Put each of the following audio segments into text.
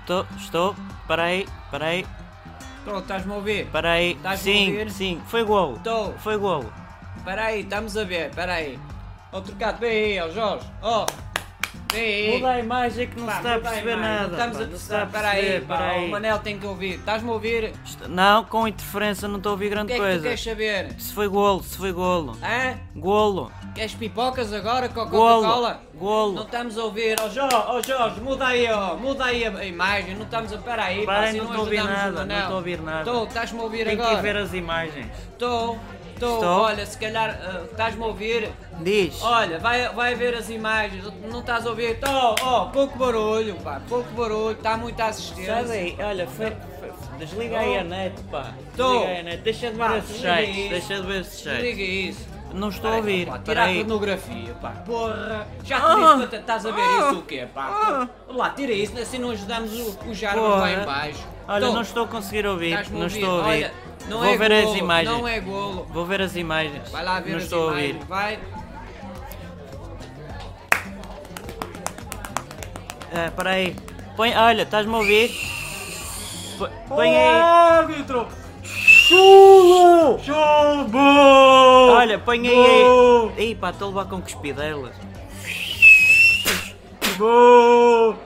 Estou, estou. Peraí, peraí, Pronto, estás-me a ouvir? peraí. Estás-me a Sim, ouvir? sim, foi golo. Estou. Foi golo. Espera aí, estamos a ver, espera aí. Ó, trocado, vem aí, ó, Jorge. Ó, vem aí. Muda a imagem que não Pá, se está a muda aí, perceber mano. nada. Estamos pá, a não se está perceber, espera aí, perceber, pá. peraí. O Manel tem que ouvir. Estás-me a ouvir? O Isto- Não, com interferência não estou a ouvir grande que é que tu coisa. queres saber? Se foi golo, se foi golo. Hã? Golo. Queres pipocas agora com a Golo. Coca-Cola? Não Golo. estamos a ouvir. Ó Jorge, ó Jorge, muda aí, ó. Muda aí a imagem. Não estamos a... Espera aí, Pá, pá. se não estou a ouvir ajudamos o nada, não Manel. estou a ouvir nada. Estou, estás-me a ouvir Tem que ir agora. ver as imagens. Estou, estou. Estou. Olha, se calhar ah, estás-me a ouvir. Diz. Olha, vai, vai ver as imagens, não estás a ouvir? Oh, oh, pouco barulho, pá, pouco barulho, está muito a Sabe assistência. aí, olha, foi, foi- desliga aí a net, pá. Desliga aí a net. Deixa de ver Oh. Pá, esses desliga sites, isso. deixa de ver esses sites. Liga isso. Não estou a ouvir, Pá, tira a peraí. pornografia, pá, porra. Já Ah. te disse para t- estás a ver Ah. isso o quê, pá? Olha lá, tira isso, assim não ajudamos o, o Jarvis Porra. lá em baixo. Olha, Tô, não estou a conseguir ouvir, Então, estás-me não estou a Olha, ouvir. não Vou é ver golo, as imagens. Não é golo. Vou ver as imagens. Vai lá ver não as estou imagens, a ouvir. vai. Ah, peraí. Põe, olha, estás-me a ouvir? Põe- Põe aí. árbitro! Chulo! Jogo! Olha, põe aí. Ih, pá, estou a levar com cuspidelas.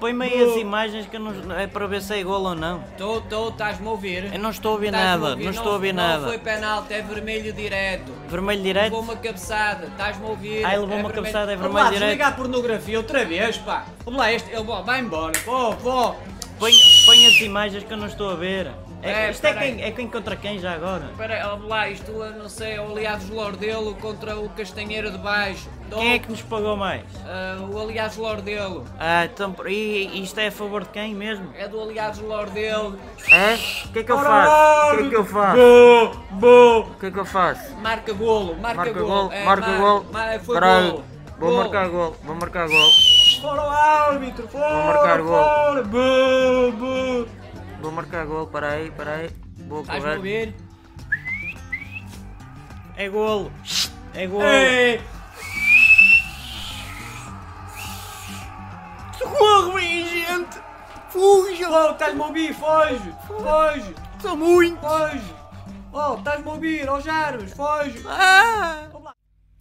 Põe-me aí as imagens que eu não, é para ver se é golo ou não. Tô, tô, estás-me a ouvir? Eu não estou a ouvir Estás-me a nada, ouvir? não estou a ouvir nada. Não foi penalti, é vermelho direto. Vermelho direito? Levou uma cabeçada, estás-me a ouvir? Ah, ele levou uma vermelho- cabeçada, é Vamos vermelho lá, direto. desliga a pornografia outra vez, pá. Vamos lá, este, ele vai vai embora. Pô, pô. Põe, põe as imagens que eu não estou a ver. É, É, isto é peraí. quem, é quem contra quem já agora? Espera aí, vamos lá, isto eu não sei, é o aliado Lordelo contra o Castanheira de Baixo. Tô- Quem é que nos pagou mais? Ah, o aliado Lordelo. Ah, então, e isto é a favor de quem mesmo? É do aliado Lordelo. É? O que é que eu faço? O que é que eu faço? O que é que eu faço? Marca golo, marca, Marca golo. gol, É, marca mar- gol. mar- foi Caralho, golo. vou Golo. marcar gol, vou marcar gol, Fora o árbitro, fora, Vou marcar gol. fora, bu, bu. vou marcar gol, peraí, peraí, vou Estás-me a correr. ouvir? É golo, é golo. Ei, Socorro, minha gente! Fujam! oh, estás-me a ouvir, foge, foge, São muitos! foge. Oh, estás-me a ouvir, ó Jarvis, foge.